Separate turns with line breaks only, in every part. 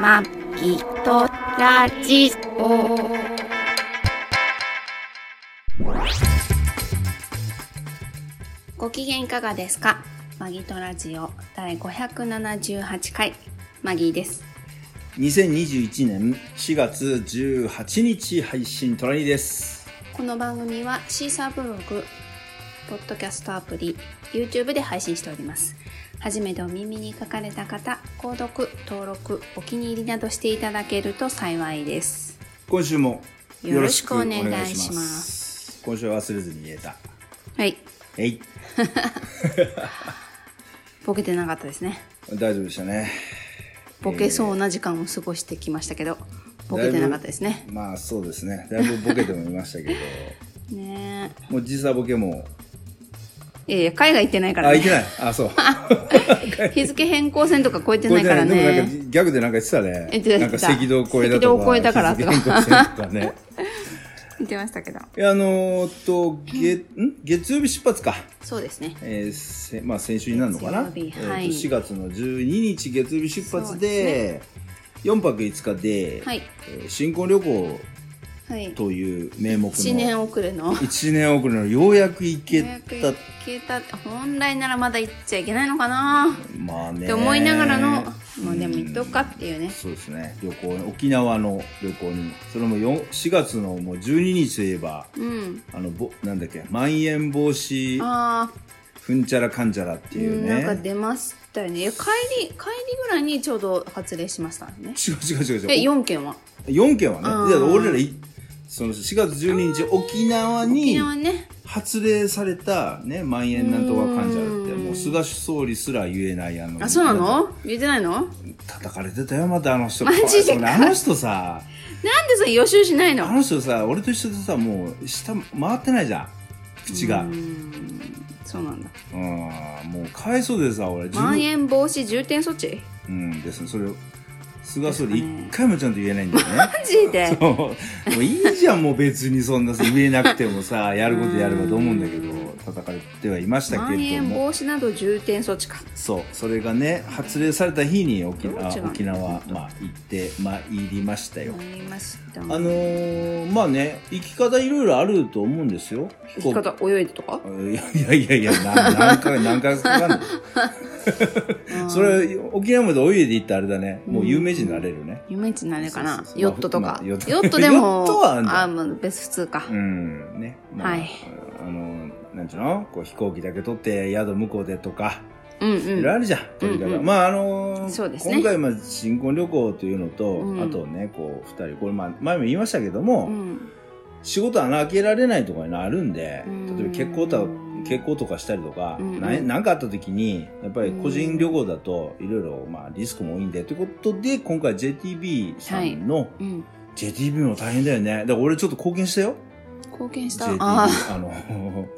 まきとラジオ。ご機嫌いかがですかマギトラジオ第578回、マギーです。
2021年4月18日配信トラニーです。
この番組はシーサーブログ、ポッドキャストアプリ、YouTube で配信しております。初めてお耳に書かれた方、購読、登録、お気に入りなどしていただけると幸いです。
今週も
よろしくお願いします
す。今週は忘れずに言えた。
はい。
えい。
ボケてなかったですね。
大丈夫でしたね。
ボケそうな時間を過ごしてきましたけど、ボケてなかったですね。
まあそうですね。だいぶボケてもいましたけ ど、
ね
もう時差ボケも。
え。いやいや、海外行ってないから
あ、いけ
ね。
ない。あ、そう。
日付変更線とか超えてないから
これでもなん
ね。
かギャグでなんか言ってたね。
言ってた
なんか赤道越えだとか。
赤道越えだから
日付変更線とかね。
言ってましたけど。
いや、あのー、っと、月、ん月曜日出発か。
そうですね。
えーせまあ、先週になるのかな、
月曜日
えーと
はい
4月の12日月曜日出
そう
発
で
で4泊5日で、
はい。
えー新婚旅行
はい。
という名目の
1年遅れの。
一年遅れのようやく行け
早く
た
行けたって本来ならまだ行っちゃいけないのかな
まあね
って思いながらの、
うん
まあでも行っとくかっていうね。
そうですね旅行沖縄の旅行にそれもよん4月のもう12日といえば
うん。
あのぼなんだっけまん延防止
ああ、
ふんちゃらかんちゃらっていううんね、
なんか出ましたよね。いや帰り、帰りぐらいにちょうど発令しましたね。
違う違う違う違う
え、4件は
4件は
うん
ね、いや俺らいその4月12日沖縄
沖
に
縄ね。
発令されたねまん延なんとか患者って
うん
もう菅総理すら言えないあの
あ、そうなの言ってないのなんで
叩かれてたよまたあの人
マジでか
俺あの人さ
それ予習しないの
あの人さ俺と一緒でさもう下回ってないじゃん口が
う
うん
んそうなんだ。
もうかわいそうでさ俺自
まん
分
延防止重点措置
うんですねそれを菅総
で
理
すかね
一回もちゃんと言えないんだよね
マジで
そうもういいじゃんもう別にそんなさ言えなくても さやることやればと思うんだけど叩かれてはいました
まん
けど
延
も
防止など重点措置か。
そうそれがね発令された日に沖
どう違う
縄
の
沖縄、まあ、行ってまいりましたよ
な、りました。
あのー、まあね行き方いろいろあると思うんですよ
生き方泳いでとか
いやいやいやいやな何回何回かかんない それ沖縄まで泳いで行ったらあれだねもう有名人になれるね
夢一になれかな
そうそうそう
ヨットとか、
まあ
ヨ
ヨ
ッ
ッ
ト
ト
でも
ヨットはあんじゃん
あもう別普通か、
うんね、まあ、
はい
あのなんちゅうのこう飛行機だけ取って宿向こうでとか
うん、う
いろい
ん
ろあるじゃん、取り方、
うんうん
まああの
そうですね
今回まあ新婚旅行というのと、
うん
あとねこう2人これ、まあ、前も言いましたけども、
うん
仕事穴開けられないとかいうのあるんで、
うん
例えば結婚とか結婚とかしたりとか、
うんうん
ななんかあった時にやっぱり個人旅行だといろいろまあリスクも多いんでということで今回 JTB さんの、
うん、
JTB も大変だよねだから俺ちょっと貢献したよ
貢献した
JTB
あ
あ
ー
の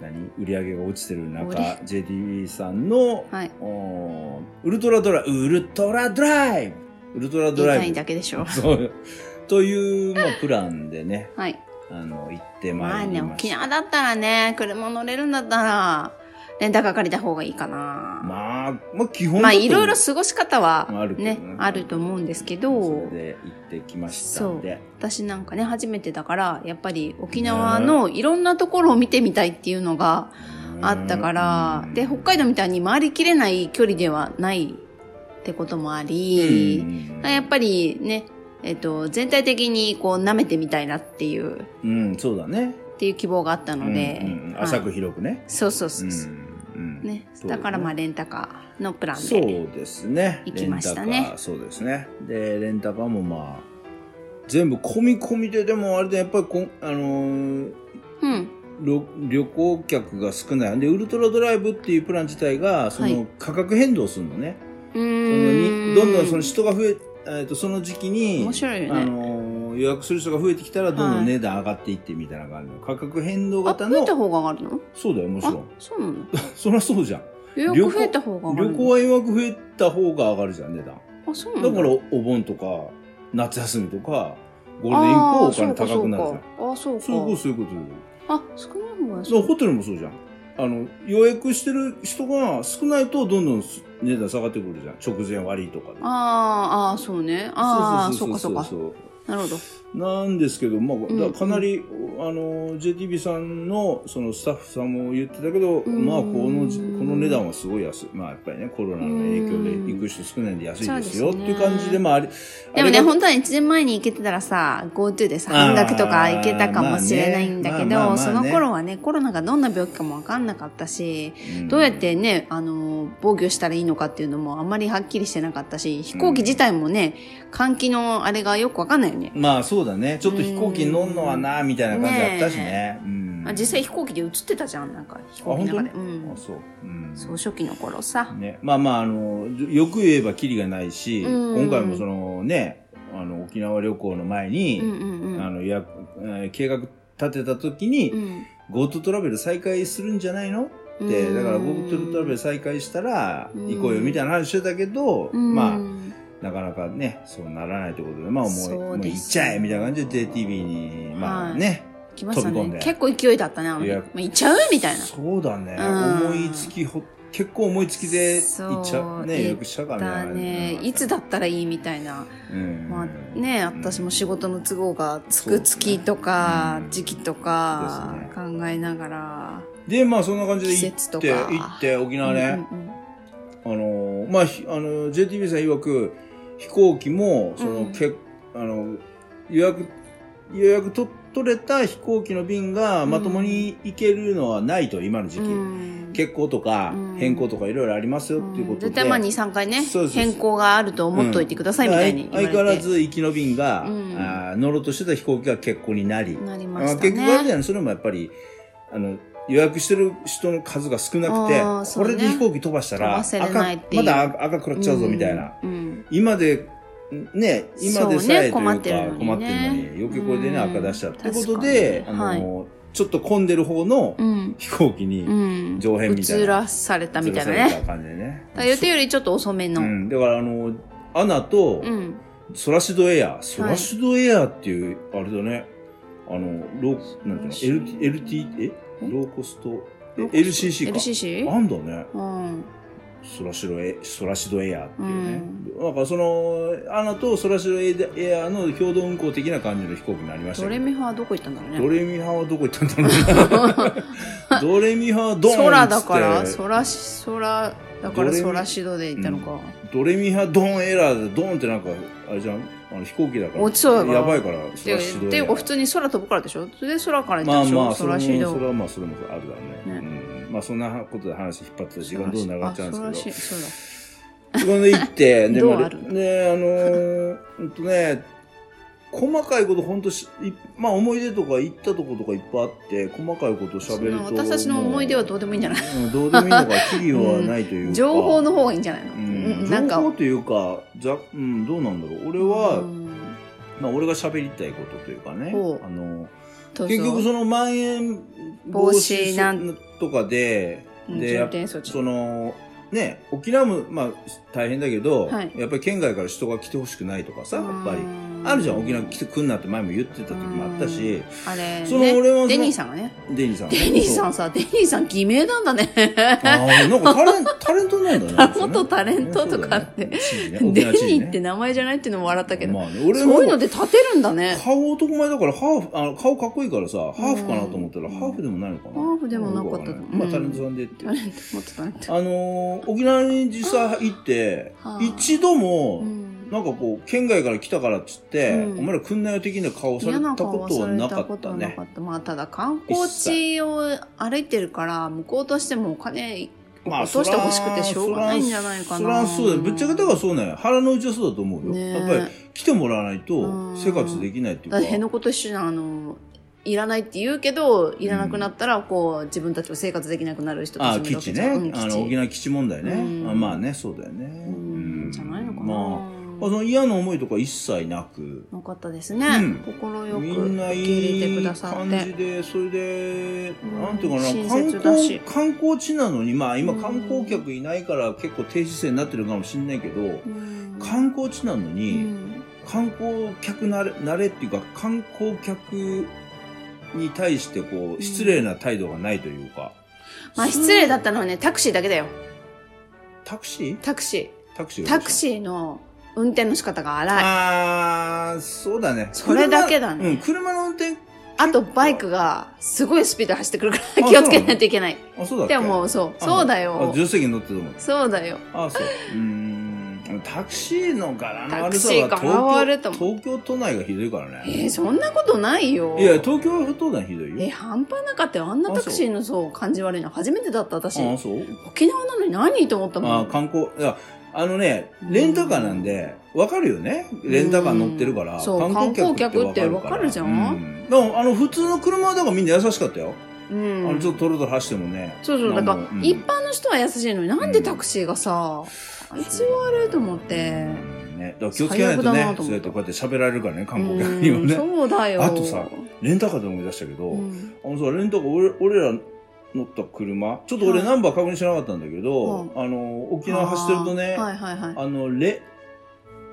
何売り上げが落ちて る中
俺
JTB さんの、
はい
おーウルトラドライウルトラドライブウルトラ
言
ド
い
ラ
た
イ
い
ブ
だけでしょ
そうという、まあ、プランでね
はい
あの行って
ま
ま
あ
いり
ね
ま
沖
した、
縄だったらね車乗れるんだったらレンタカー借りた方がいいかな、
まあ、まあ基本
まあ
だと
いろいろ過ごし方は
まああるけど
ね、
ね
あると思うんですけ
そ
ど
れで行ってきましたんで
私なんかね初めてだからやっぱり沖縄のいろんなところを見てみたいっていうのがあったから、
うん
で北海道みたいに回りきれない距離ではないってこともあり、
うん
やっぱりね、えっと全体的にこう舐めてみたいなっていう
うんそうだね
っていう希望があったので、
うんうん
はい
浅く広くね、
そうそうそううんそう、
うん
ね
そう
だ
だね
からまあレンタカーのプラン
そう
で
ですね
行きましたね
レンタカーそうですねでレンタカーもまあ全部込み込みででもあれでやっぱりこん、あのー
うん
旅旅行客が少ないでウルトラドライブっていうプラン自体がそ
はい
の価格変動するのね、
う
その
ー
に
ん
どんどんその人が増え、えー、とその時期に
面白いよね
あのー予約する人が増えてきたらどんど
はい
ん値段上がっていってみたいな感じの価格変動
あ
型
増え
の
た方が上がるの
そうだよもちろ
あ
ん
そうなの
そりゃそうじゃん
予
旅
約
行
増えた方が上がる
旅
の
行は予約増えた方が上がるじゃん値段
あそうな
だ
ん
から
ゴ
お盆とか夏休みとかゴールデンウィークはお金高くなるじゃん
あそうか
そういうこ
そうか
とそういうこと
あ少ない方が安い
だからホテルもそうじゃんあの、予約してる人が少ないとどんどん値段下がってくるじゃん。直前悪いとかで。
あーあー、そうね。ああ、
そ
そううかそ
そ
うう
そ
か。
うそう。
なるほど。
なんですけど、まあ、だから
うん
かなり、あの、JTB さんの、そのスタッフさんも言ってたけど、
ん
まあ、このじ、この値段はすごい安い。まあ、やっぱりね、コロナの影響で
うん
行く人少ないんで安い
そう
で
ですす
よ
ね
っていう感じで、まあ、あれ、
でもね、
あれが
本当は1年前に行けてたらさ、GoTo でさ、
あー
半額とか行けたかもしれないんだけど、
まあねまあまあまあね
その頃はね、コロナがどんな病気かもわかんなかったし、どうやっ、てね、あの、防御したらいいのかっていうのもあんまりはっきりしてなかったし、飛行機自体もね、換気のあれがよくわかんないよね。
んまあ、そうだね。ちょっと飛行機に乗んのはな、みたいな感じだったしね。うん。
まあ、実際飛行機で映ってたじゃん、なんか飛行機の中で。う
あ
ん。
そう。うん。
総書記の頃さ。
ね、まあまあ、あの、よく言えばキリがないし、
うん
今回もそのね、あの、沖縄旅行の前に、
うんうんうん。
あの、予約、えー計画立てた時に、
うん、
GoTo トラベル再開するんじゃないのって、だから GoTo トラベル再開したら
うん
行こうよみたいな話してたけど、
うん
まあ、なかなかね、そうならないということで、まあもう、
そう
もう
です
行っちゃえみたいな感じで JTB に、まあね、
来ました
飛び込ん
ね
で。
結構勢いだったね、あの
い
日。
や
まあ、行っちゃうみたいな。
そうだね、
うん
思いつきほ、結構思いつきで行っち
そ
ゃ、
う
ね、予約したから
だね、いつだったらいいみたいな、
うん
まあね、私も仕事の都合がつく月とか、時期とか考えながら、
で、まあそんな感じで行
季節
っ
と
て、
か
行って、沖縄ね、
うんうんうん
あのーまあ、ひあのー、JTB さん曰く、飛行機も、その、
うん
けあの、予約、予約と取れた飛行機の便がまともに行けるのはないと、今の時期。
うん
欠航とか
うん、
変更とかいろいろありますよっていう
う
こ
ん
とで。
絶対まあ23回ね
そうそうそう
変更があると思っといてくださいみたいに言われ
相
て、
変わらず行きの便が、
うん
あー乗ろうとしてた飛行機が欠航になり、
なり
ま
ま
あ
したね
結局あれじゃないそれもやっぱり、あの、予約してる人の数が少なくて、
あーそ
こ
うね
れで飛行機飛ばしたら、
飛ばせれないっていう
赤まだ赤赤くらっちゃうぞみたいな。
うんうん
今で、ね、今でさえというか
そうね
困
困
っ
ってて
る
る
の
の
に,、
にね
余計これでね、
うん
赤出しちゃうってことで、あ
確かに
の、ちょっと混んでる方の
うん
飛行機
う
に
ん
上辺みたいな
映らされたみたいなね
ずらされた感じでね。
だから予定よりちょっと遅めの、
うん、だからあの、アナと
う、ん
ソラシドエア、ソラシドエアっていう、あれだね、あの、ロー、なんていうの、L- LT、えローコスト、え LCC か。
LCC?
あんだね。
うん
ソラシドエソラシドエアっていうね、
う
なんかそのアナとソラシドエアの共同運航的な感じの飛行機になりました
ド
け
レ
ど
ミファはどこ行ったんだろうね
ドレミ派はどこ行ったんだろ うなドレミ派はドーンっつって
空だから空し空だから
ドレミ
空シドで行ったのか、
ドレミ派ドーンエラーでドーンってなんかあれじゃんあの飛行機だから
落ちそうだから
やばいから
でっていうか普通に空飛ぶからでしょそれで空から行ったでしょ、
まあまあそれ
空
も
シド
それはまあそれもあるだろうね
ね
うん、まあそんなことで話引っ張ってたら時間どんどん長くなっちゃうんですけど
あ空シそうだ
自分で 行って、で、
どう
まあ
ある
ね、あのー、ほんとね、細かいことほんとし、いまあ思い出とか行ったとことかいっぱいあって、細かいこと喋ると。
そんな私たちの思い出はどうでもいいんじゃない
いどうでもいいのか、キリはないというか。
情報の方がいいんじゃないの、
う
うん
ん、
なん
情
か
報というか、ざうん、どうなんだろう。俺は、まあ俺が喋りたいことというかね
ほ、う
あの、
結
結局そのまん延防
防
止
止なん
とかで、で、やっぱそのね沖縄もまあ大変だけど、
はい
やっぱり県外から人が来てほしくないとかさやっぱりあるじゃん沖縄来てくんなって前も言ってた時もあったし
あれ、ね、
その俺はその
デニーさんがね
デニーさん
デニーさ
ん
んさデニーさん偽名なんだね
ああなんかタレン タレントなんだね
元タレントとかって
ねそうだね
デニ
沖縄知事ね
ーって名前じゃないっていうのも笑ったけど、
まあね俺
そういうの
も
で立てるんだ ね
顔男前だからハーフあの顔かっこいいからさハーフかなと思ったら
うん
ハーフでもないのかな
ハーフでもなかった
よくわかんないまあ
うん
タレントさんでって
タレントもっとタレント
あのー沖縄に実際行って
はあ
一度も
うん
なんかこう、県外から来たからっつって、
うん
お前ら来んなよ的な顔され
嫌な
た
顔
こ
は
と
さ
は
れ
な
た
か
こ
っ
と
た
はな
ね
か。った。まあ、ただ観光地を歩いてるから、向こうとしてもお金を
まあ
落としてほしくてしょうがないんじゃないか
そら
な。
そうだよ。ぶっちゃけたからそうだよ。腹の内はそうだと思うよ。
ねえ
やっぱり来てもらわないと
うん
生活できないっていう
だ
か。
って辺のこと一緒じゃん、あの、いらないって言うけど、いらなくなったら、こう、自分たちも生活できなくなる人た
あ
ち
あ、
もいる
基
わけ
地
じ
ね。
ゃん。
あの、沖縄基地問題ね。
うん
あまあね、そうだよね。
うん
うん
じゃないのかな。
まあ、まあその嫌な思いとか一切なく、
よかったですね。
うん
心よく
みんな
受け入れて
い
く
い
ださ
感
っ
じ
て。
で、それで、
うん
なんていうかな、観
親切だ
光
し、
観光地なのに、まあ今
うん
観光客いないから結構低姿勢になってるかもしれないけど、
うん
観光地な
う
のに、
ん
観光客なれ、なれっていうか、観光客に対してこう、失礼な態度がないというか、
まあ失礼だったのはね、タクシーだけだよ。
タクシー
タクシ
タクシー
ー。
が
タ
どう
ク
した
シーの運転の仕方が荒い。
あー、そうだね。
それだけだね
車うん、車の運転、
あとバイクがすごいスピードで走ってくるか
あ
ら 気をつけないといけない。
あ、そうだっけ
でももうそう。
あ
そうだ
あ、
よ
助。手席に乗ってたと思う。
そうだよ。
あ、そう。うーん。タクシーの柄の
タク
悪さ
シー
は
柄悪い
東
と
京
思
東京都内がひどいから
えー
ね。
そんなことないよ。
いや、東京は都内ひどい
え、
よ。
半端なかったよ。あんなタクシーのそう、感じ悪いの初めてだった、私。
あ、そう
沖縄なのに何と思ったも
あ
ん。
観光、いや、あのね、レンタカーなんで、わかるよね。レンタカー乗ってるから、
うんそう
わ
観光客ってわかるじゃん
うんでも、あの、普通の車はだからみんな優しかったよ。
う
あの、
ん
ち。ょっとトロトロ走ってもね。
そうそう、だから、
うん
一般の人は優しいのに、なんでタクシーがさ、一応悪いと思って。
うんね、だから気をつけない
最悪
と
だ
ね
な、と
そう
思
や
っ
っ
た
てこうやって喋られるからね、観光客に
う
も
ん、
ね。
そうだよ。
あとさレンタカーで思い出したけど、
うん、
あのさ、レンタカー、俺俺ら乗った車、ちょっと俺
はい
ナンバー確認しなかったんだけど、
はい
あの、沖縄走ってるとね、
はいはいはい。
あの、レ、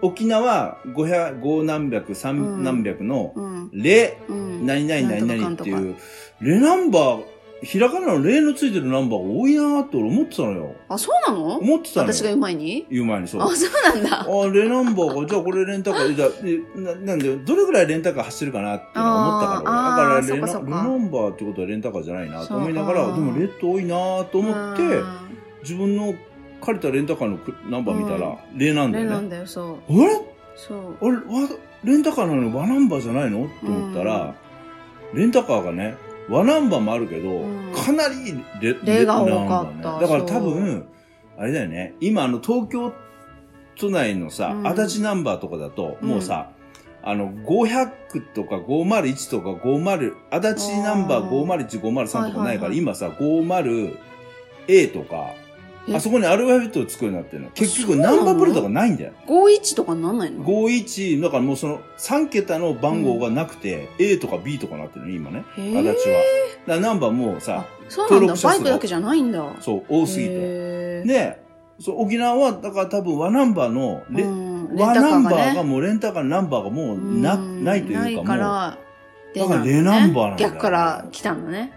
沖縄500、5何百、
う
3
ん
何百の、
うん。
レ、
うん。
何々何々ってい
なん
う、レナンバー、ひらがなのレのついてるナンバーが多いなーって俺思ってたのよ。
あ、そうなの
思ってたのよ。
私が言う前に
言う前にそう。
あ、そうなんだ。
あ、レナンバーが、じゃあこれレンタカー、じゃあえな、なんで、どれぐらいレンタカー走ってるかなっていうのは思ったから、
あーあー
俺だからレ
そっかそっ
ナ、
か
レナンバーってことはレンタカーじゃないなと思いなが
そう
ら、
あ
で
ー
もレッド多いなと思って、
う
自分の借りたレンタカーのくナンバー見たら、レなん
ん
だ
レな
よ
ん
ね。
だよ、そう。
あれ
そう。
あれ、わレンタカーなのに和ナンバーじゃないのって思ったら、レンタカーがね、和ナンバーもあるけど、
うん
かなりレ、
レが多かった
レナンバーねだから多分、あれだよね、今あの東京都内のさ、
うん
足立ナンバーとかだと、もうさ、あの、500とか501とか50、足立ナンバー501、503とかな
は
いから、
いはいはい
今さ、50A とか、
え
あそこにアルファベットを作るようになってるの。結局ナンバープレートがないんだよ。
51とかなんないの
51だからもうその3桁の番号がなくて、A とか B とかなってるね今ね
へ
形は
ー
だからナンバーもう
あ
さ
そうなん
登
だ。
録者
バイ
数が
クだけじゃないんだ。
そう多すぎて
へー
でそう沖縄はだから多分和ナンバーのレ、
うん
和ナンバ
レ
ー
ンタカ
がもうレンタカーのナンバーがもうな,、
うん
ないというかもう
なから、
だからレナンバーなんだよ
逆から来たんだね。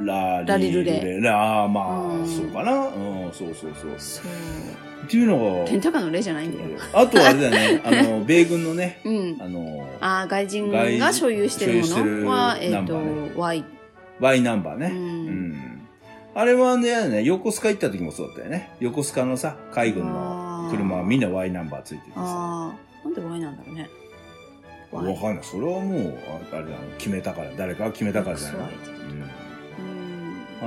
ラ
ラリ
リル
ル
レ
レ
ラあーまあ、
うん
そうかなうんそうそうそう
そう。
っていうのが
レンタカーのレじゃないんだよ。
あとはあれだよねあの米軍のね
うん。
あの
ああ、外人が所有してるも
所有してる
のは、えっ、
ナンバー
と、Y。
Y ナンバー
う。
ね、うんんあれはね、ね横須賀行った時もそうだったよね。横須賀のさ、海軍の
あー
車はみんな Y ナンバーついててさ。
ああ。なんで Y なんだろうね。
わかんない。それはもう、ああれだな、決めたから、誰かが決めたからじゃない。
うん。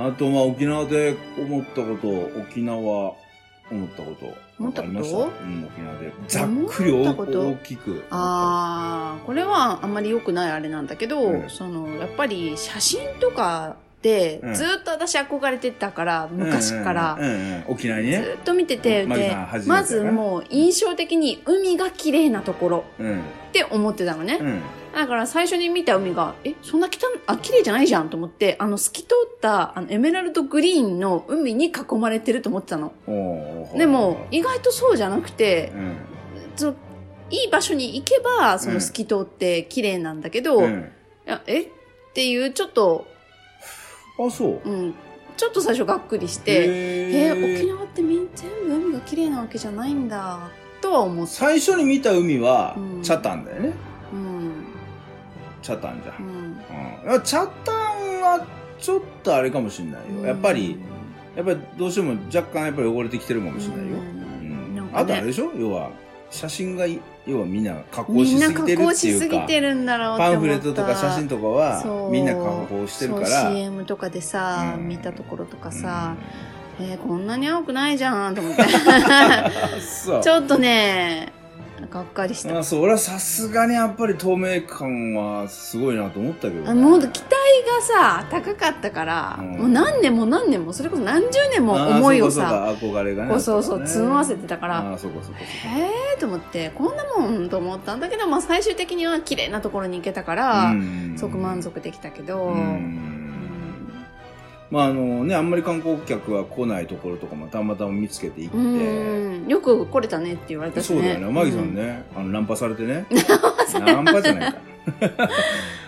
うん、あと、まあ、沖縄で思ったこと、沖縄、思ったこと。
思ったこと
なんかありましたうん、沖縄で。ざっくり
思
大
ったこと
大きく思った。
ああ、これはあんまり良くないあれなんだけど、
うん
その、やっぱり写真とかで
うん、
ずーっと私憧れてたから、昔から。
うんうんうん、沖縄
ず
にね。
ーっと見てて、
マリ
で
さん初めてだ
ま
から
ずもう印象的に海が綺麗なところ
うん。
って思ってたのね。
うん。
だから最初に見た海が、え、そんな汚い、あ、綺麗じゃないじゃんと思って、あの透き通った、あのエメラルドグリーンの海に囲まれてると思ってたの。
おー
でも、意外とそうじゃなくて
う、ん。
そのいい場所に行けば、そ
うん
の透き通って綺麗なんだけど、い
うん。
やえっていう、ちょっと、
あ、そ
う
う。
ん、ちょっと最初がっくりして、え
へ
沖縄ってみん全部海が綺麗なわけじゃないんだ、とは思って。
最初に見た海は、
うん
チャタンだよね。
うん、
チャタンじゃん
う。ん。
うん、チャタンはちょっとあれかもしれないよ。やっぱり、やっぱりどうしても若干やっぱり汚れてきてるか
う
も
ん、
しれないよ。う
うん
ん
なんか
あとあ
ね
れでしょ要は、写真がい、要はみんな加工
み
し
んな
すぎて
加
る
工
って
し
い
す
う
ぎ
か、
てるんだろうって思
パ
った
ンフレットとか写真とか
そ
は
う
みんな加工してるか
そ
ら。
う CM とかでさ、
うん
見たところとか
うん
さ、、えーこんなに青くないじゃんと思って
そ う
ち。ょっとねがっかりした
あそう、俺はさすがにやっぱり透明感はすごいなと思ったけど、ね。
あもう期待がさ高かったから、
うん
もう何年も何年もそれこそ何十年も思いをさ
あーそうかそうか憧れがね。
こうそうそう募らせてた
か
から
あーそうかそうかそうか。
えーと思ってこんなもんと思ったんだけど、まあ、最終的には綺麗なところに行けたから、すごく満足できたけど、
う
うんん
まああのねあんまり観光客が来ないところとかもたまたま見つけて行
う
って、
んよく来れたねって言われたしね
そうだよねマギさんね、あのナンパされてねナンパじゃないか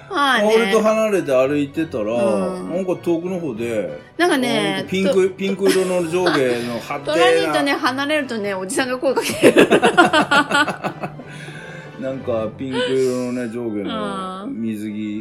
まあ
あれ
ね
と。離れて歩いてたら、
うん
なんか遠くの方で、
なんか
なん
ね
か、ピンク、ピンク色の上下の派
と
手
トラニー
な、
とね、離れるとね、おじさんが声かける。
なんかピンク色のね、上下の
うん
水着、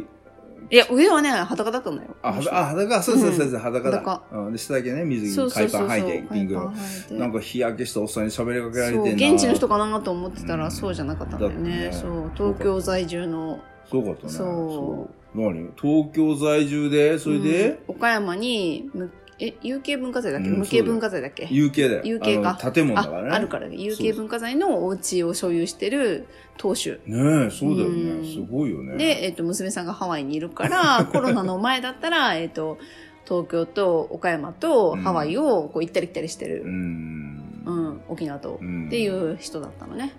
いや、上はね、裸だったんだよ。
あ、はあ裸、そうそうそうそう、裸だ
裸
うん。で、下だけね、水
そう
着、
そう
海
そ
パ
うそう。
ン履いて、ピンクの。な
なんん
か日焼けしたおっさんに喋りかけられてん
そう
な
現地の人かなと思ってたらそうじゃなかったんだよ
だ
ね
ってね
そう東京在住の
すごかったね。
そう
う。何東京在住で、それで、
うん岡山にむえ有形文化財だっけ
うん
無形文化財だっけ
UK だよ。
UK か
あの建物だからね。
ああるからね有形文化財のお家を所有してる当主
ねえ、そうだよ
うん
ね。すごいよね。
で、えっと娘さんがハワイにいるから コロナの前だったら、えっと東京と岡山とハワイをこう行ったり来たりして
う
る、
ん
うん沖縄と、
うん
っていう人だったのね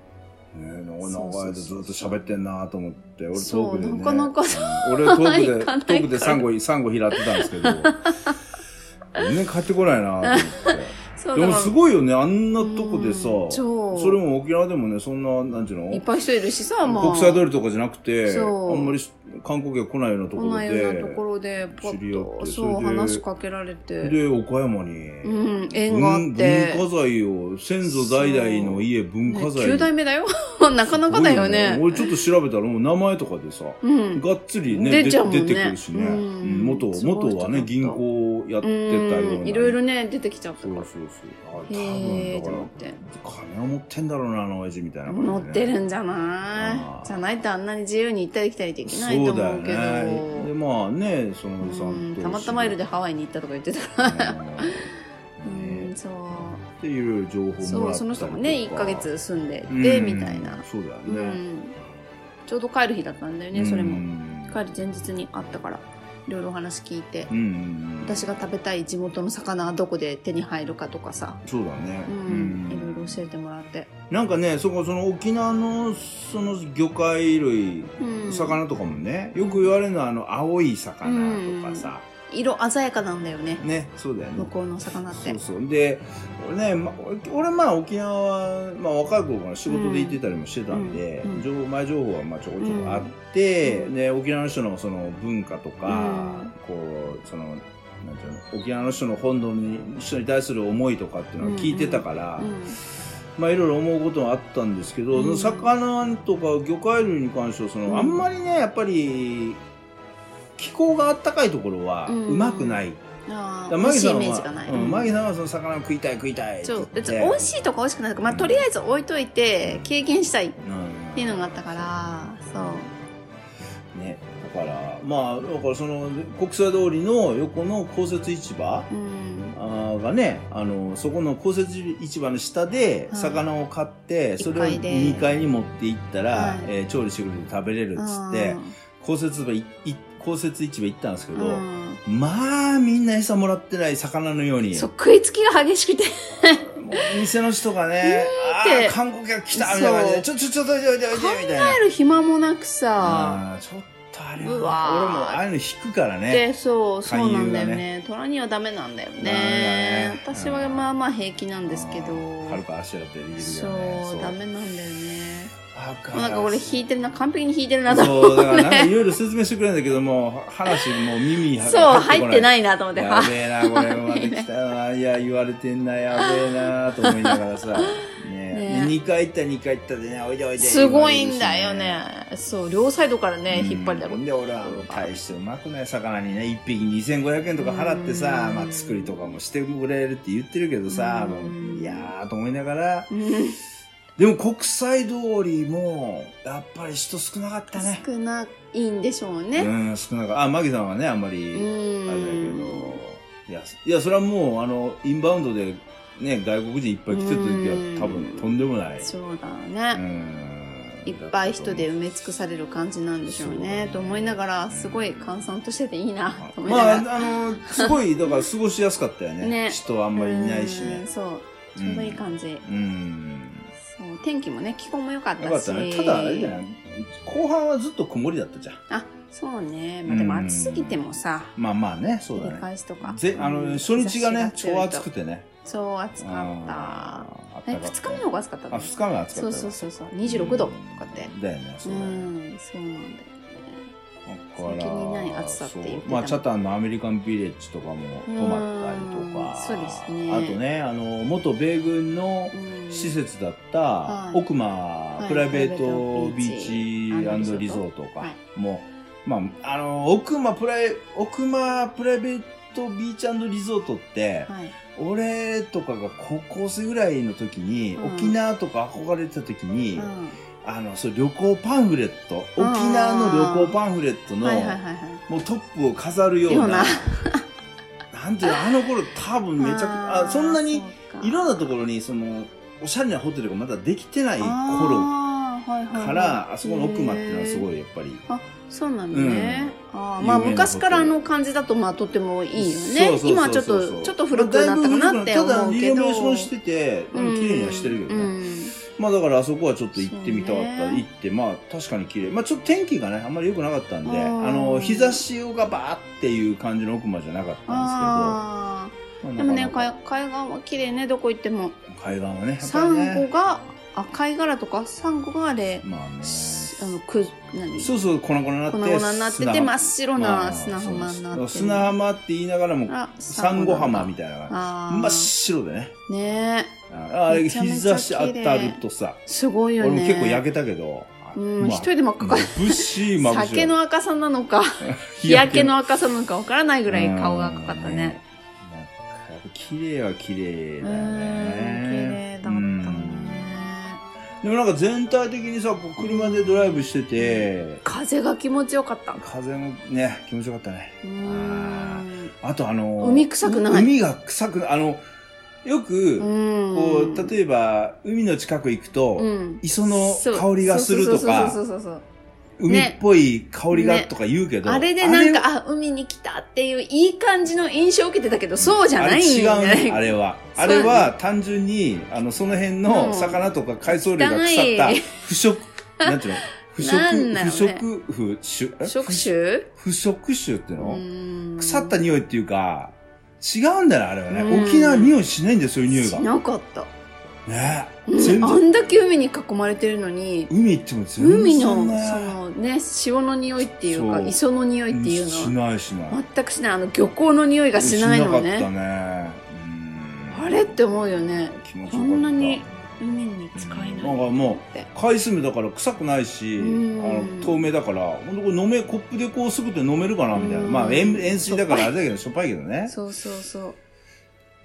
ねえ、なん
そ
か
う
長い
そう
間ずっと喋ってんなと思って、俺ト
そ
ー
う
クでね。
なかなかそう
俺はトーク
行
で、ト
かない
ークでサンゴ、サンゴ拾ってた んですけど、全然買ってこないなと思っ
そう
て。で
だ
も
から
すごいよね、あんなとこでさ、
うん
そ
そう
れも沖縄でもね、そんな、なんちゅう
いっ
の
ぱい人いるしさ、まあ、
国際通りとかじゃなくて、あ
そうん
まり観光客来ないようなとこ
こ
ろ
んなような
で
と、ころでパ
知り合
ッ
っ
と
て
そう
それで
話しかけられて、
で、岡山に、
うん、縁があ
文
って、
文化財を、先祖代々の家文化
ね
財
九代目だよ なかなかだよ
す
ね
ごい俺ちょっと調べたら、もう名前とかでさ、
うん
がっつりね
出
で
ちゃうもんね
出てくるしね、
うん
うん元
すごい人
元は
だ
ね
った
銀行をやってたよう
う
なん
いろいろね出てきちゃった
そ
か
う
ら
そうそうあ多
へえ
分
と
だか
思って
ら金を持ってんだろうなあの親父みたいな感じでね
乗ってるんじゃな
あ
い
ー
じゃないとあんなに自由に行ったり来たりできないと
そうだ
思
よ
うけど
ねでまあねそのおじさ
うんん
と
たまたまいるでハワイに行ったとか言ってたから
う
うんん
ね
そう
でいろいろ情報もらったりとか
そうその人もね1ヶ月住んで
うん
てみたいな
そうだよ
う
ね,
んちょうど帰る日だったんだよ
うん、
ねそれも
うん
帰る前日にあったからいろいろお話聞いて、
うんうん
私が食べたい地元の魚はどこで手に入るかとかさ、
そうだね、
うん
うん
いろいろ教えてもらって、
なんかねそこその沖縄のその魚介類
うん
魚とかもねよく言われるのはあの青い魚とかさ、
色鮮やかなんだよね
ねそうだよ
向
ね
こうのお魚って
そうそうで俺ね、ま、俺まあ沖縄は、まあ、若い頃から仕事で行ってたりもしてたんで、
うんうん
情報前情報はまあちょこちょこあって、
うん
で沖縄の人のその文化とか、
うん
こうそのなんていうの沖縄の人の本土の人に対する思いとかっていうのは聞いてたから、
うん
まあいろいろ思うことはあったんですけど、
うん
その魚とか魚介類に関してはその、
うん
あんまりねやっぱり気候があったかいところは
うん
うまくない、
あ
だ
あ
から
美味しい
さ
イ
ん
メージがない、
は、うん、マギ
さ
さんはその魚食いたい食いたいって
そ
言っ
う
て
別に美味しいとか美味しくないとか、まあ、とりあえず置いといて経験したいっ
うん
ていうのがあったからそう
ねだからまあだからその国際通りの横の公設市場
うん
あーがねあのそこの公設市場の下で
うん
魚を買って、それを
一回で
2階に持っていったら、
はい
えー調理してくれて食べれるっつって。公設市場いい公設市場行ったんですけ
う
ど、
ん
まあみんな餌もらってない魚のように
そう食いつきが激しくて
もう店の人がね「あ
ーって
ー観光客来た」みたいな感じで「ちょちょちょどいておいておいて」みたいな
帰る暇もなくさ
あーちょっとあれ
うわ
は
ー
俺もああいうの引くからね
でそう
勧
そう
誘
な
がね
んだよね虎にはダメなんだよね
ダメだね
私は
うん
まあまあ平気なんですけど
あー軽く足洗ってできるよね
そうダメなんだよね
だか
もうな
ら
んか俺引いてるな完璧に引いてるなと思
そうだからなんかいろいろ説明してくれるんだけども話もう耳に
うそう入って
い
ないなと思って
や
は
べえなこれまで来たないや言われてんなやべえなと思いながらさね
ね
2回行った2回行ったでねおいでおいです言わ
ご
れ
い
るし
んだよねそう両サイドからね
うん
引っ張りだこ
で俺は大してうまくない魚にね1匹2500円とか払ってさ
うん
まあ作りとかもしてくれるって言ってるけどさ
う
も
ん
ういやーと思いながら
うん
でも国際通りもやっぱり人少なかったね
少ないんでしょうね
うん少なかったあマギさんはねあんま
う
りあれだけど
ん
いやいやそれはもうあのインバウンドでね外国人いっぱい来てた時は多
う
分
ん
とんでもない
そうだね
うん
いっぱい人で埋め尽くされる感じなんでしょう
そうだ
ね
ね
と思いながらすごい閑散としてていいなと思いな
ま
が
あ
ら、
あのすごいだから過ごしやすかったよね
ね
人はあんまりいないし
う
ね
んそう
う
ち
ん
ょうどいい感じ、
うん
そう天気もね気候も良かったし
よかったねただあれじゃない後半はずっと曇りだったじゃん
あそうね、まあ、でも暑すぎてもさ、
まあまあねそう
照
だ
り
ね
返しとか
ぜあ
うん
の初日が
日
ね
差し
超
強いと
暑くてね
そう暑か
あーあっ
ったえ
か
2日目の方が暑かった
あ
の
2日目は暑か
そ
っ
う
た
そう
よ
そうそう26度とかって
だよねそううだよね
んそうなんだよね
なんか
最近ない暑さって言ってた
そうまあチャタンのアメリカンビレッジとかも泊まったりとか
うんそうですね
あとねあの元米軍の
うん
施設だっ
は
た
い
奥間、
い
プライベートビ
プライベー
ー
ト
チ
ビーチ
リゾートか、
はい
もうまああの奥間プライ奥間プライベートビーチリゾートって、
はい
俺とかが高校生ぐらいの時に、
うん
沖縄とか憧れてた時に、
うん
あのそう旅行パンフレット沖
あー
縄の旅行パンフレットの、
はいはいはいはい
もうトップを飾るよう
よ
な
うな
なんていうのあの頃多分めちゃくちゃあそんなにいろん
な
なところにそのおしゃれなホテルがまだできてない頃からあそこの奥間っていうのはすごいやっぱり
そうなんだね、ああ
有名
まあ
なホテル
昔からあの感じだとまあとてもいいよね
そうそうそうそう
今はちょっとちょっと古くなったかなって思うけど
だいぶ古くなただリノベーションしててでも綺麗にはしてるけどね、
うん
まあだからあそこはちょっと行ってみたかった、
そうね
行ってまあ確かに綺麗まあちょっと天気がねあんまり良くなかったんで
あー
あの日差しがバーっていう感じの奥間じゃなかったん
あ
ですけど
あでもね
まあな
海
か
海岸は綺麗ねどこ行っても
なか海岸はねやっぱ
サ
り
ンゴ
ね
があ貝殻とかサンゴがあれ
まあね
あのく何
そうそう粉々になって
粉々になって
砂
て
浜
真っ白
ま
な
あ
砂浜になっ
そ
て
う砂浜って言いながらも
あ
サンゴ浜み
た
たいな感
あ
じ
ー
真っ白でね
ねえ
ああれ
めちゃめちゃ
日差し当たるとさ
すごいよ
俺
ね
も結構焼けたけど
うん、
ま
一
あ
人で真っ赤か
眩しい眩しい
酒の赤さなのか日焼けの赤さなのかわからないぐ
ぐ
らい顔が赤かったね。
なんかやっぱ綺麗は綺麗
う
だ
ん
よね。
綺麗だった
うん
ね
でもなんか全体的にさ、こう車でドライブしてて、
風が気持ちよかった
風もね、気持ちよかったね。
うん
あとあの、
海臭くないう
海が臭くない。あの、よく、こ
こ
う、例えば、海の近く行くと、
うん
磯の香りがするとか
そうそうそうそうそう
海っぽい香りが
ね
とか言うけど、
あれでなん
あれ、
かあ海に来たっていういい感じの印象を受けてたけどそうじゃないんじゃ
あ
な
れ違
い
うね、あれは。
そう
あれは単純に、あの、その辺
うん
の魚とか海藻類が腐った
汚い、
腐食、なん ていうの腐食、
なんだろうね
腐食、腐種え
触手
腐食種っていうの、腐
腐
った匂いっていうか、違うんだよね、あれはね。
うん
沖縄匂いしないんだよ、そういう匂い
し
が。
なかった
ね。
うん
全
あ
然、
んだけ海に囲まれてるのに
海行っても全然
海のそ
ね
のね潮の匂いっていうか
そう
磯の匂いっていう
し
の
ないしない。
は全くしないあの漁港の匂いがしないの
しなかっ
ね
たね。うん
あれって思うよね
気持ちよかった
こんなに海に使えない
うんなんかもう
て
海水だから臭くないし、
うん
あの透明だからほんとこれ飲めコップでこうすぐって飲めるかなみたいな、
うん
まあ塩塩水だからあれだけどしょっぱいけどね
そうそうそう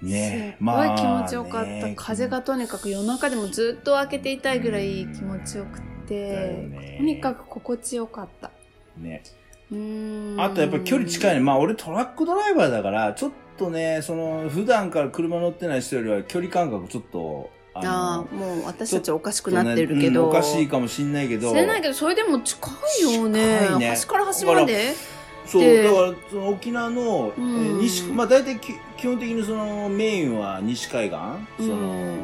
ね
すっごい気持ちよかった風がとにかく夜中でもずっと開けていたいぐらい気持ちよくてとにか
く
く心地よかった
ね
うーん
あとやっぱ距離近いねまあ俺トラックドライバーだからちょっとねその普段から車乗ってない人よりは距離感覚ちょっとあの
ああもう私たちおかし
ちょ
く
っとね
なってるけど、
うんおかしいかもしんないけど
知れないけどそれでも近いよね
近いね
端から端まで
そう
で
だからその沖縄の、えー
うん
西まあ大体き基本的にそのメインは西海岸、その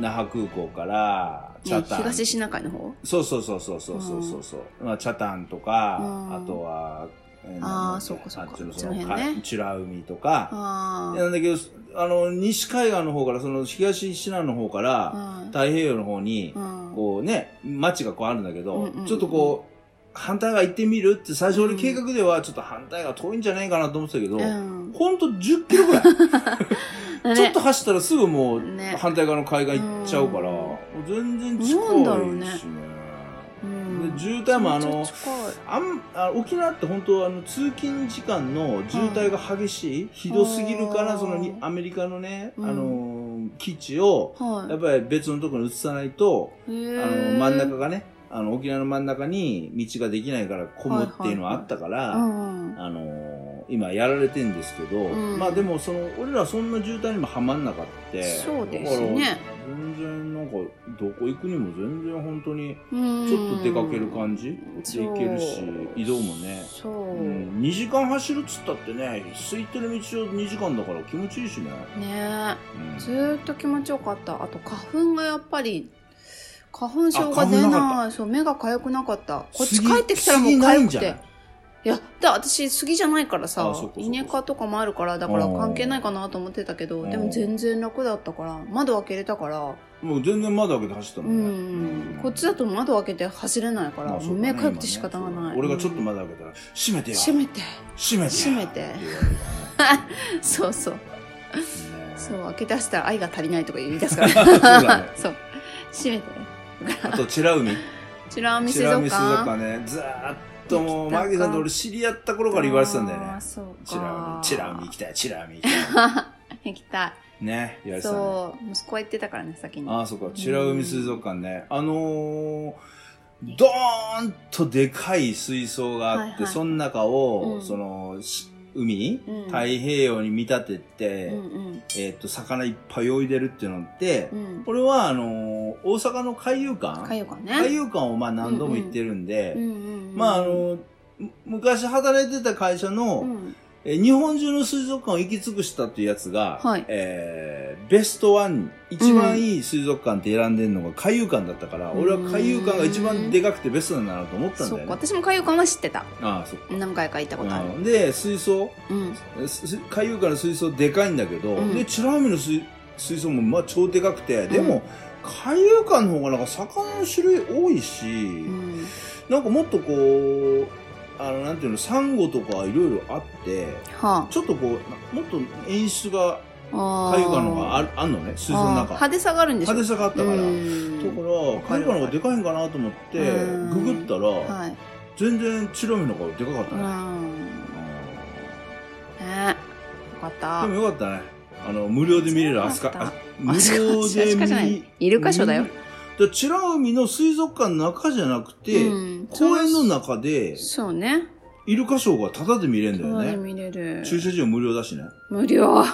那覇空港からチャ
ね
タン、
東シナ海の方
そうそうそうそうそうそうそうそう、まあチャタンとか、
うん
あとは、えー
あー
な
そうかそう
んだっけ
か
あっちの
そ
そ
の
の
辺ね
か美ら海とか
あ
なんだけどあの西海岸の方からその東シナの方から
あ
太平洋の方に、
うん
こうね、街がこうあるんだけど、
うんうんうん
ちょっとこう、反対側行ってみるって最初俺計画ではちょっと反対側遠いんじゃないかなと思ってたけど、
うん
ほんと10キ ロぐらい。ちょっと走ったらすぐもう
ね
反対側の海岸行っちゃうから、
うん
もう全然近いし
なんだろうねうん
で渋滞もあ
めっ
の
ちゃ、近い
あんあ沖縄って本当あの通勤時間の渋滞が激しい、ひどすぎるか
あー
らそのにアメリカのね、
うん
あの基地を
はい
やっぱり別のところに移さないと
あの
あの真ん中がねあの沖縄の真ん中に道ができないから混むっていうのはあったから、
うんうん
あのー今やられてんですけど、
うん
まあでもその俺らそんな渋滞にもはまんなかった
そうですね
だから全然なんかどこ行くにも全然本当に
ちょ
ちょっと出かける感じで
そう
行けるし移動もね、
そう、
うん、2時間走るっつったってね空いてる道を2時間だから気持ちいいしね、
ね
うん
ずーっと気持ちよかったあと花粉がやっぱり花粉症が出
あ花粉な
ないそう目が痒くなかったこっち
杉
帰ってきたらもう
杉ない
痒
ん
く
じゃ
て
ない
いやだ私杉じゃないからさ
あそっかそっか
稲科とかもあるからだから
うん
関係ないかなと思ってたけどでも全然楽だったから窓開けれたから
もう全然窓開けて走った
う
もんね、
ん、こっちだと窓開けて走れないから、
まあそうだね
目かくて仕方が
今
な
ね
い。
俺がちょっと
うん
窓開けたら「閉めてよ
閉めて。
閉めて
閉めて
って言われる
そうそう。
からね
そう、開け出したら愛が足りないとか言い出すから。
そうだね
そう。閉めて。
あとチラ 海
チラ見
チ
水
ラ
族
海水族
館。
館ねずーっともうマギさんと俺知り合った頃から言われてたんだよ
あー
ね
そうか。
チラ海チラ海行きたいチラ海行き たい
行きた
ね言わ
い。
れてたね
そう、息子は行ってたからね、先に。
ああそっかチラ海水族館ねあのードーンとでかい水槽があって、
はいはい
その中
う
を、
ん
そのし海、
うん
太平洋に見立てて、
うんうん。
えっと魚いっぱい泳いでるっていうのって、
うん。
これはあのー大阪の海遊館
かゆかね。
海遊館をまあ何度も行ってるんで、
うんうんうん。
まああのーむ昔働いてた会社の、
うん、
えー日本中の水族館を行き尽くしたっていうやつが、
はい
えーベストワン、一番いい水族館って選んでるのが海遊館だったから、
うん
俺は海遊館が一番でかくてベストなんだなと思ったん
そ
だ
っ
よ
か、
ね。
私もかゆかは知ってた。
ああ、そっか。
何回か行ったことある。
うんで、水槽、
うん。
すす海遊館の水槽でかいんだけど、
うん
で、美ら海の水水槽もまあ超でかくて、で
うん
も、海遊館の方がなんか魚の種類多いし、
うん。
なんかもっとこう、あの、なんていうの、サンゴとかいろいろあって、
は
ちょっとこう、なもっと演出
あ。ああ。
が、海遊館の方があるあんのね、水槽の
あー
中。
派手さがあるんでしょ
派手さがあったから。だから、
うん
海遊館の方がでかいんかなと思って、
うん
ググったら、
はい。
全然チロミの方がでかかった
う
ね。
ん。ねよかっ
あー
た
で。もよかったね。あの、無料で見れるアスカ
よかった、
あ無料で
アスカ
見
じゃないイルカショーだよ。
で、チラ海の水族館の中じゃなくて、
うん
公園の中で、
そうね。
イルカショーがタダで見れるんだ
そうで
よね。
見れる。
駐車場無料だしね。
無料。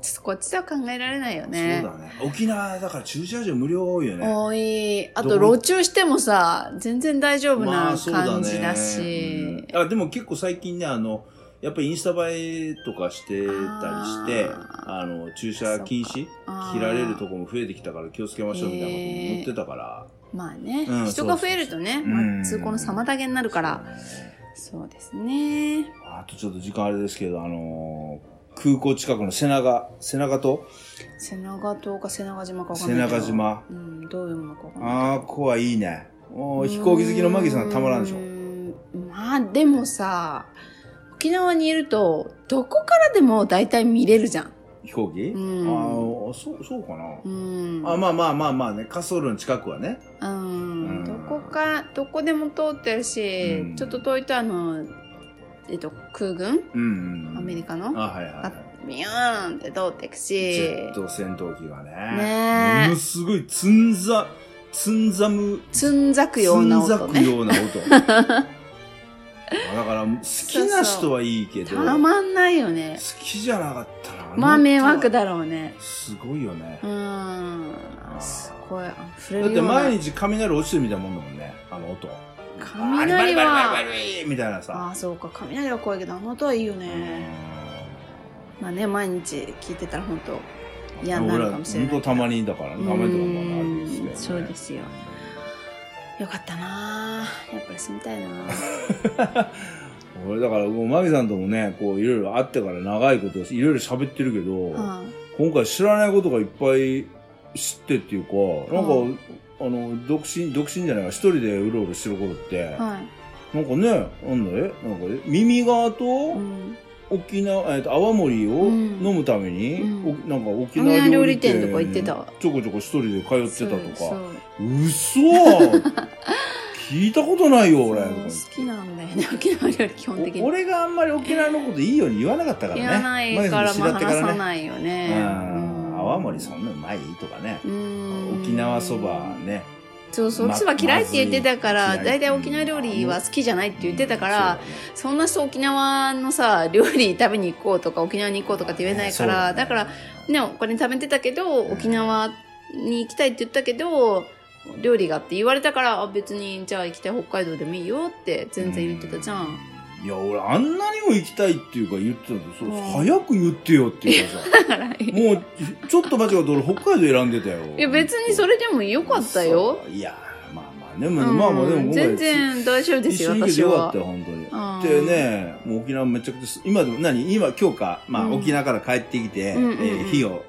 ちょっとこっちでは考えられないよね。
そうだね。沖縄だから駐車場無料多いよね。
多い。あと、
どう
路中してもさ、全然大丈夫
ま
な
あそうだね
感じだし。
うんあでも結構最近ねあのやっぱりインスタ映えとかしてたりして
あ
あの駐車禁止
あー
切られるとこも増えてきたから気をつけましょうみたいなことも載ってたから、
まあね、
うん
人が増えるとね、
そうそうそう
まあ通行の妨げになるから。
そうね
そうですね。
あとちょっと時間あれですけどあのー空港近くの瀬長瀬長島
瀬長島か瀬長島かわかん
瀬
ないけど。
長。島
うん、どういうものかわかんないけど。
ああこはいいねもう飛行機好きのマギさんたまらんでしょ
うーんまあでもさ沖縄にいるとどこからでも大体見れるじゃん
飛行機、
うん
ああそうそうかな、
うん
あまあまあまあまあね滑走路の近くはね
うん
うん
どこかどこでも通ってるし、
うん
ちょっと遠いとあのえっと空軍
うんうんうん
アメリカの、
あはいはい、は
あ
い
ビューンって通ってく
ジ
し
ェット戦闘機がね
ねえ
ものすごいつんざつんざむ
つんざくような
つんざ
音
く
ね
ような 音だから好きな人はいいけど
たまんないよね
好きじゃなかったら
まあ迷惑
だ
だろうね
すごいよね、
うんすごいあ触れ
だっ
る
て
ような
毎日雷落ちてるみたいなもんだもんねあの音
雷は
バリバリバリバリバリみたいなさ
ああそうか雷は怖いけどあの音はいいよね、まあね毎日聞いてたら本当嫌になるかもしれない
本当たまにだからねたまにとかもあるんですけど、
う
ね、
んそうですよよかったなあやっぱり住みたいなあ
俺だからもうマギさんともねこういろいろ会ってから長いこといろいろ喋ってるけど、
うん
今回知らないことがいっぱい知ってっていうかなんか、
う
あの独身独身じゃないか一人でうろうろしてることって、
はい、
なんかねなんだえなんかえ耳側と
うん、
沖縄、えっと泡盛を
うん
飲むために、
うん
おなんか
沖
沖縄
縄
料
料
理
理
店
店とか行ってた
ちょこちょこ一人で通ってたと
そ
か
う
嘘聞いたことないよ
そう
俺と
そ
か
う
言って
好きなんだよね沖縄料理基本的
お
に
俺があんまり沖縄のこといいように言わなかったからね
言わないから、まあ、
マギさんも
話
知らって
さ
ね
ないよね
うん泡盛そ
ん
んなうまいとかね
うん
沖縄そばね
そうそう
ま
そば嫌いって言ってたから、
まずい嫌い
大体沖縄料理は好きじゃないって言ってたから、
うんそ
そ
う
んな人沖縄のさ料理食べに行こうとか沖縄に行こうとかって言えないから、
そう
だからねお金食べてたけど
うん
沖縄に行きたいって言ったけど料理がって言われたからあ別にじゃあ行きたい北海道でもいいよって全然言ってたじゃん、
いや俺あんなにも行きたいっていうか言ってたんでそう
うん
早く言ってよっていうかさ
だからい
もうちょっと間違うと俺北海道選んでたよ
や別にそれでもよかったよ、
そういやまあまあねまあ
うん
まあまあでも今回
全然大丈夫ですよ
一緒に行け
私
てよかっ
は
たよ本当に
あー
でね、もう沖縄めちゃくちゃす、今でも何今今日か、まあ、
うん
沖縄から帰ってきて、
うんうんうん
えー火を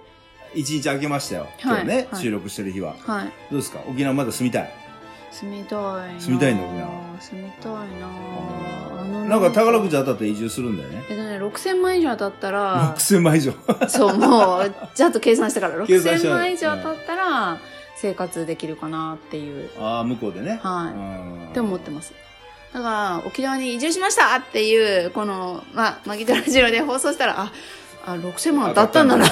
一日空けましたよ。今日ね、収録してる日は。
はい。
どうですか沖縄まだ住みたい。
住みたいな。
住みたいんだ沖縄
住みたいな。あの
なんか宝くじ当たったら移住するんだよね。
えっとね、6000万以上当たったら、
6000万以上。
そう、もう、ちゃんと計算したから、
計算し
6000
た
万以上当たったら、生活できるかなっていう、
ああ、向こうでね。
は
う
い、
ん
って思ってます。だから、沖縄に移住しましたっていう、この、まあ、マギトラジオで放送したら、あ、あ6000万当たったんだな、っ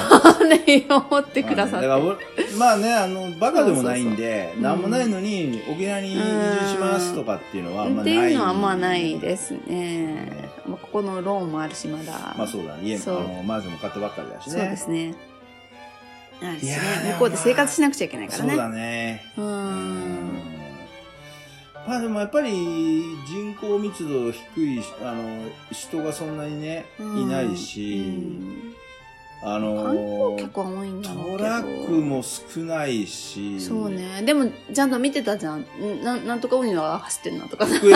て思ってくださって。
あのだから俺まあね、あの、バカでもないんで、
う
なんもないのに、沖縄に移住しますとかっていうのはあんま
っ
な
て
い。
いうのはあんまないですね。まあ、ここのローンもあるし、まだ。
まあそうだね。家
そう
も、あの、マンションも買ったばっかりだしね。
そうですね。あるし
い
ね
やー
向こうで生活しなくちゃいけないから
そう
ね。
だね。
う
う
ーん。。
まあでもやっぱり、人口密度低い、あの、人がそんなにね、
うん
いないし、
うん
あ
観
の、
結構多いんだろうけど
トラックも少ないし、
そうねでもちゃんと見てたじゃんんななんとか海は走ってんなとかさ
福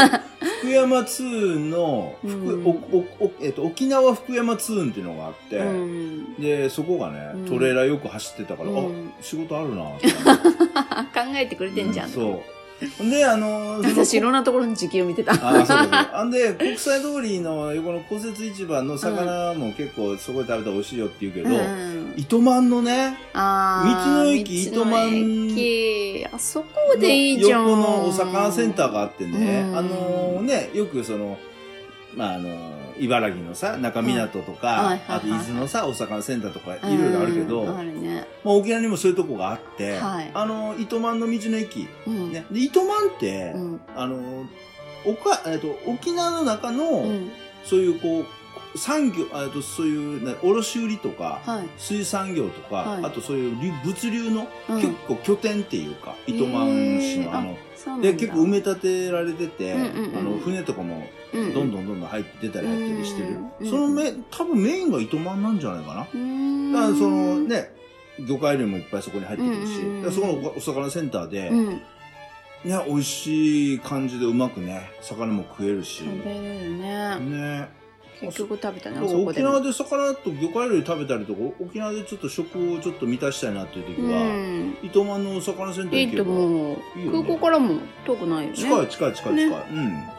福山2の福、
うん
おおおえっと、沖縄福山2っていうのがあって、
うん、
でそこが
うん
ねトレーラーよく走ってたから、
うん
あ仕事あるなっ
考えてくれて んじゃん、
そうほんであの
私いろんなところの時給見てた
あーそうだねあんで国際通りの横の公設市場の魚も結構そこで食べたら美味しいよって言うけど、
うん、
糸満のね
あー
道の駅
道の駅あそこでいいじゃん
横のお魚センターがあってね、
うん
あのねよくそのまああの茨城のさ中港とか、
はいはいはい
あと伊豆のさお魚センターとかいろいろあるけど、
うん
ま
あ
あ、
るね、
沖縄にもそういうとこがあって、
はい
あの糸満の道の駅、
うん
ね、で糸満って、
うん
あのおか、えっと、沖縄の中の、
うん
そういうこう産業えっとそういう、ね、卸売とか、
はい
水産業とか、
はい
あとそういう流物流の
うん
結構拠点っていうか、糸満市
へ
の
ー
あの
そうなんだ
で結構埋め立てられてて、
うんうんうん
あの船とかも
う
ど
ん
んどんどんどん入って出たり入ったりしてる、
うん
そのめ多分メインが糸満なんじゃないかな、
うーん
だからそのね魚介類もいっぱいそこに入ってくるし、
うんうんうん
だからそこのお魚センターで、
うん
ね美味しい感じでうまくね魚も食えるし、
食べれるね
ね
結局食べた
だ
な
から
そこ
沖
で
縄
も
で魚と魚介類食べたりとか沖縄でちょっと食をちょっと満たしたいなっていう時
う
は、
ん
糸満のお魚センタ
いい
ー行け
と
ば
思う
いいよ
空
ね
港からも遠くないよね
近い近い近い近い、うん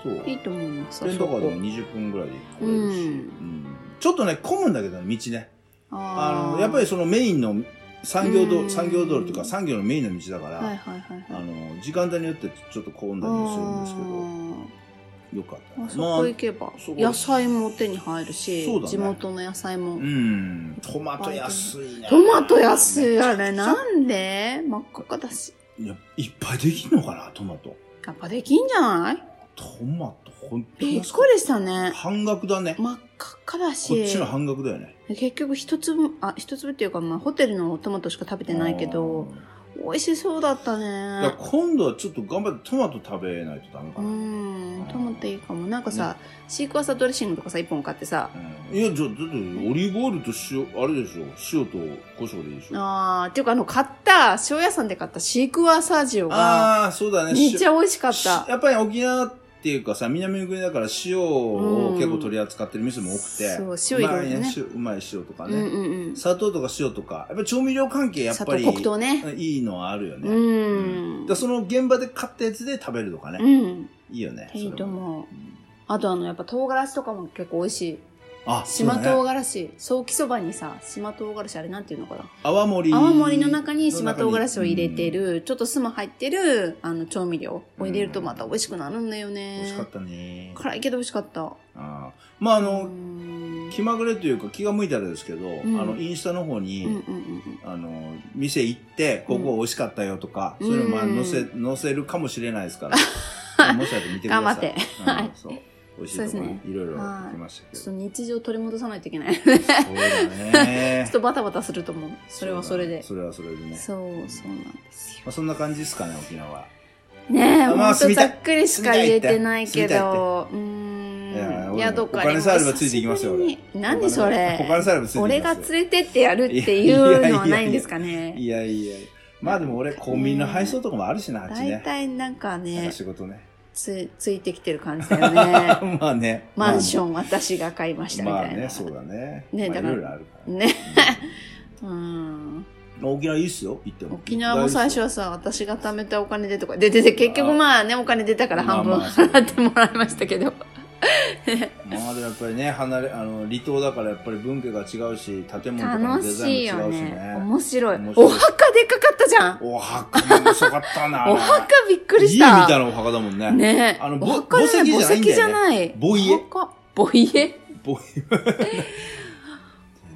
そう
いいと思います
レンタカーでも
あ
20分ぐらいで行れるし、
う
うんんちょっとね混むんだけどね道ね
そこ
あ
あ
のやっぱり
そ
そのメインの産業
うん
道産業道路というか産業のメインの道だから、
はいはいはい
あ
はい
の時間帯によってちょっと混んだりもするんですけどよかった
あーあ
な
そこ行けば
そこ
野菜も手に入るし
そうだね
地元の野菜も
うんトマト安いね
トマト安いあれ
な
なんで真っ赤っかだし
いやいっぱいできんのかなトマト
やっぱできんじゃない
トマトほんと
びっ
安
くりしたね
半額だねこ
真っ赤っかだし
っちの半額だよね
結局一粒あ一粒っていうか、まあ、ホテルのトマトしか食べてないけど美味しそうだった
あーだ
ね
から今度はちょっと頑張ってトマト食べないとダメか
う
な、
んトマトいいかもなんかさ、シークワーサードレッシングとかさ1本買ってさ
うんいや、じゃあ、だって、オリーブオイルと塩、あれでしょ塩と胡椒でいいでしょ
あーっていうかあの買った塩屋さんで買ったシークワーサー塩が
あー、そうだね。
めっち
ゃ
ゃ美味しかった
やっぱり沖縄っていうかさ、南の国だから塩を
うん
結構取り扱ってる店も多くて。
そう塩入れるね
うまい塩うまい塩とか
うん
ね。
うんうん
砂糖とか塩とか、やっぱり調味料関係やっ
砂
ぱ
糖
り、
黒糖ね
いいのはあるよ
う
ね。
ん
だからその現場で買ったやつで食べるとか
う
ね。
ん
いいよね。
いいと
それも
思う
うん
あとあのやっぱ唐辛子とかも結構美味しい
あ、
島
そう
唐
ね
辛子早期そばにさ島唐辛子あれなんていうのかな
泡盛。
泡盛の中に島唐辛子を入れてる、ちょっと酢も入ってるあの調味料を入れるとまた美味しくなるんだよ
うん。美味し
ね
かったね。
辛いけど美味しかった
あーまあ、あ
あ
の
う、ん
気まぐれというか気が向いたらですけど、
ん
あのインスタの方に、
うんうんうん
あの店行ってここ美味しかったよとか、
うん
そういうの
う
も
ん
載せ載せるかもしれないで すから、もしあれ見てくださ
頑
い
張って
うん
はい
そう美味しいとこ
そう
ね
で
いろいろ行きましたけ
ちょっと
どそ
日常取り戻さないといけないち
うだ
ょ
ね
っとバタバタすると思う それはそれで
それはそれでね
そうそうなんですよ
まあ、そんな感じですかね沖縄は、
ねえ
あま
ほ
あ
んと
住み
ざ
たい
っくりしか言えてないけどう
いや俺
ーん
も
宿か
お金さえあればついていきますよ俺
何そ
他の
れ
サラブついてきます
俺が連れてってやるっていうのはないんですかね
いやいやまあでも俺コンビニの配送とかもあるしなあっち
大
ね
体なんか
なんか
ね
仕事ね
つついてきてる感じだよね。
まあね
マンシ
ョン
ョン私が買いましたみ
ま
た
あ
いな。
ねそうだね
ね
ま
だ
あ
から
いろいろあるから
ね。うん。
まあ沖縄いいっすよ、行っても。
沖縄も最初はさ、私が貯めたお金でとか、で、で、で、結局まあね、お金出たから半分
まあまあそう
払ってもらいましたけど。
まあでもやっぱりね、離れ、あの、離島だからやっぱり文化が違うし、建物とかの
楽
デザイ
しい
ン
よ
も違うしね。
ね。面白い。
面白い
お墓でかかったじゃん。
お墓も面白かったな。
お墓びっくりし
家み
た。
たいなお墓だもんね。
ね
あの
お
ぼ
墓じゃない、墓
墓
石
石
じ
じ
ゃ
ゃ
ない。
母家
お墓。母家
ぼ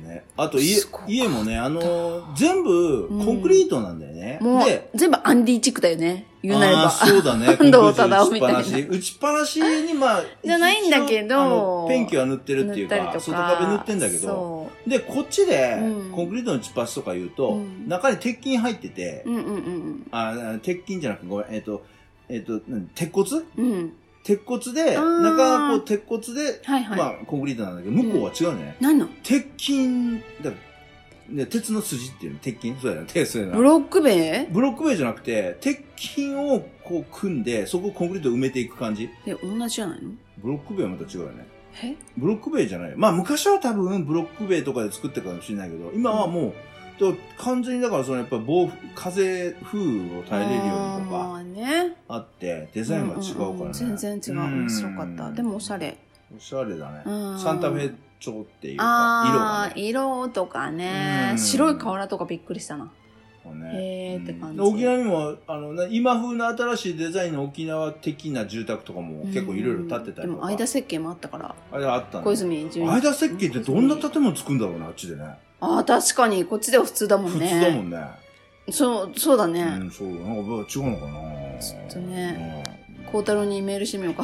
ねあと家
すごかっ、た
家もね、あの、全部コンクリートなんだよね。
もう
で、、
全部アンディチックだよね。言うなれ
あー
ば。
そう だね。
安藤
コンクリート
忠雄みたいな
打ちっぱなし。打ちっぱなしに、まあ、
じゃないんだけど
一応あのペンキは塗ってるって
塗
いう
ったり
か、
とか。
外壁塗ってんだけど、
そ
で、こっちで
うん、
コンクリートの打ちっぱなしとか言うと、
うん
中に鉄筋入ってて、
う。うんうんうん
あ、鉄筋じゃなくて、ごめん、えっ、と、えっ、と、何鉄骨
うん。うん。
鉄骨で、
あー
中がこう鉄骨で、
はいはい。
まあ、コンクリートなんだけど、向こうは違うね。
何の
鉄筋、だね、鉄の筋っていうの、鉄筋そ うやな、鉄そうや
ブ
な。
ロック塀
ブロック塀じゃなくて、鉄筋をこう組んで、そこをコンクリートで埋めていく感じ。
え、同じじゃないの
ブロック塀はまた違うよね。
え
ブロック塀じゃない。まあ昔は多分ブロック塀とかで作ってたかもしれないけど、今はもう、だから完全にだからそのやっぱ暴風、風、風雨を耐えれるようにと
あ
か
あね。
あって、デザインが違うからね。
んんん全然違う。面白かった。でもおしゃ
れ。
れ。
おしゃれだね。
うん
サンタフェ町っていうか、色が
ああ
ね、。
色とかね
う。ん
白い瓦とかびっくりしたな。
こうね
へーって感じ
うん沖縄にもあのな今風の新しいデザインの沖縄的な住宅とかも結構いろいろ建ってたり
うんで
と
も
か、
間設計もあったから。
間あった
小
の
泉純一
間設計ってどんな建物作るんだろうなあっちでね
ああ、確かに。こっちでは普通だも
普
んね。
通だもんね
そう、そうだ
う
ね。
んそうなんかまあ違うのかな
ちょっとね
うん
孝太郎にメールしてみ ようか。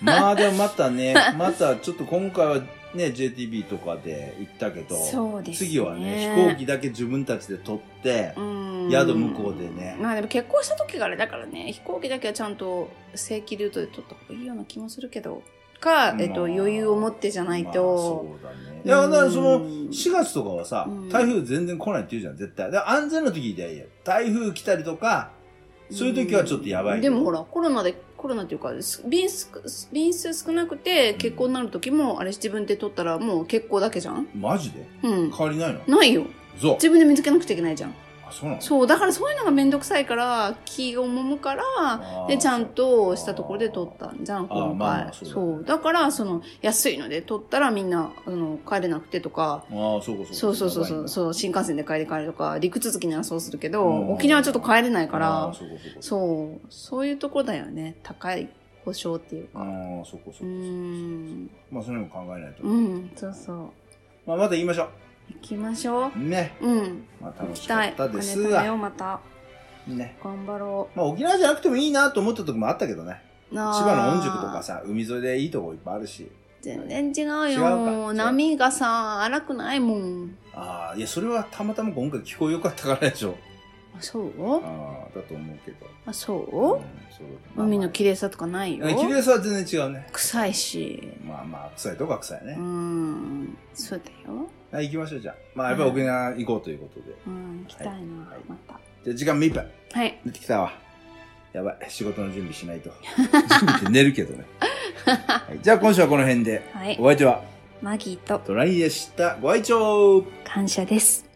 まあでもま たねまたちょっと今回はね JTB とかで行ったけ ど
そうですね
次はね飛行機だけ自分たちで撮って、
うん
宿向こうでね
まあでも結婚した時があれだからね、飛行機だけはちゃんと正規ルートで取った方がいいような気もするけど、か、えっと、
まあ
余裕を持ってじゃないと。
まあそうだねいやだからその
うん
4月とかはさ
うん、
台風全然来ないって言うじゃん、絶対。で安全の時でいいよ。台風来たりとか、そういう時はちょっとやばい。
でもほら、コロナで、コロナっていうか、す便数、便数少なくて、結婚になる時も、あれ自分で取ったらもう結婚だけじゃん
マジで
うん
変。わりないの
ないよ。
そう。
自分で見つけなくちゃいけないじゃん。
あ、そうなの
そう、だからそういうのがめんどくさいから、気を揉むから、
あー
で、ちゃんとしたところで取ったんじゃん、
あー
今
まあま
回。
あそうだ
そう。だから、その、安いので取ったらみんな、あの、帰れなくてとか、
ああ、そうかそうか。
そうそうそうそう、
う
そう新幹線で帰り帰るとか、陸続きならそうするけど、
うん
沖縄はちょっと帰れない
だ
から、
そうかそうか。
そう、そういうとこだよね。高い保証っていう
あ
か。
あ、そうかそうか
う
そう
ー
か。
ん。
まあ、それも考えないと。
うん、そうそう。
まあ、また言いましょ
行きましょう
う。。ね。
うん。
まあ、
行
楽
き
しか
たい
っ。
お
た
金
です
貯めよう、
が。
また。
ね。
頑張ろ
まあ、沖縄じゃなくてもいいなと思った時もあったけどね。
う。千葉
千葉の御宿とかさ、海沿いでいいとこいっぱいあるし。
全然違う
違う
よ
か違う
波がさ荒くないもん
ああ、いや、それはたまたま今回聞こえよかったからでしょ。
あそう
ああ、だと思うけど。
あ
うん
そう
そう
海の綺麗さとかないよ
まあまあ綺麗さは全然違うね。
臭いし
まあまあ、臭いとこは臭いうね。
んそうだよ
はい、行きましょう、じゃあ。まあ、やっぱり沖縄行こうということで。
うん行きたいな
はい
また
じゃあ、時間目いっぱい。
はい
出てきたわ。やばい、仕事の準備しな いと。準備って寝るけどね。はい、じゃあ、今週はこの辺で。
はい
お相手は、
マギーと
トライでした。ご愛聴
感謝です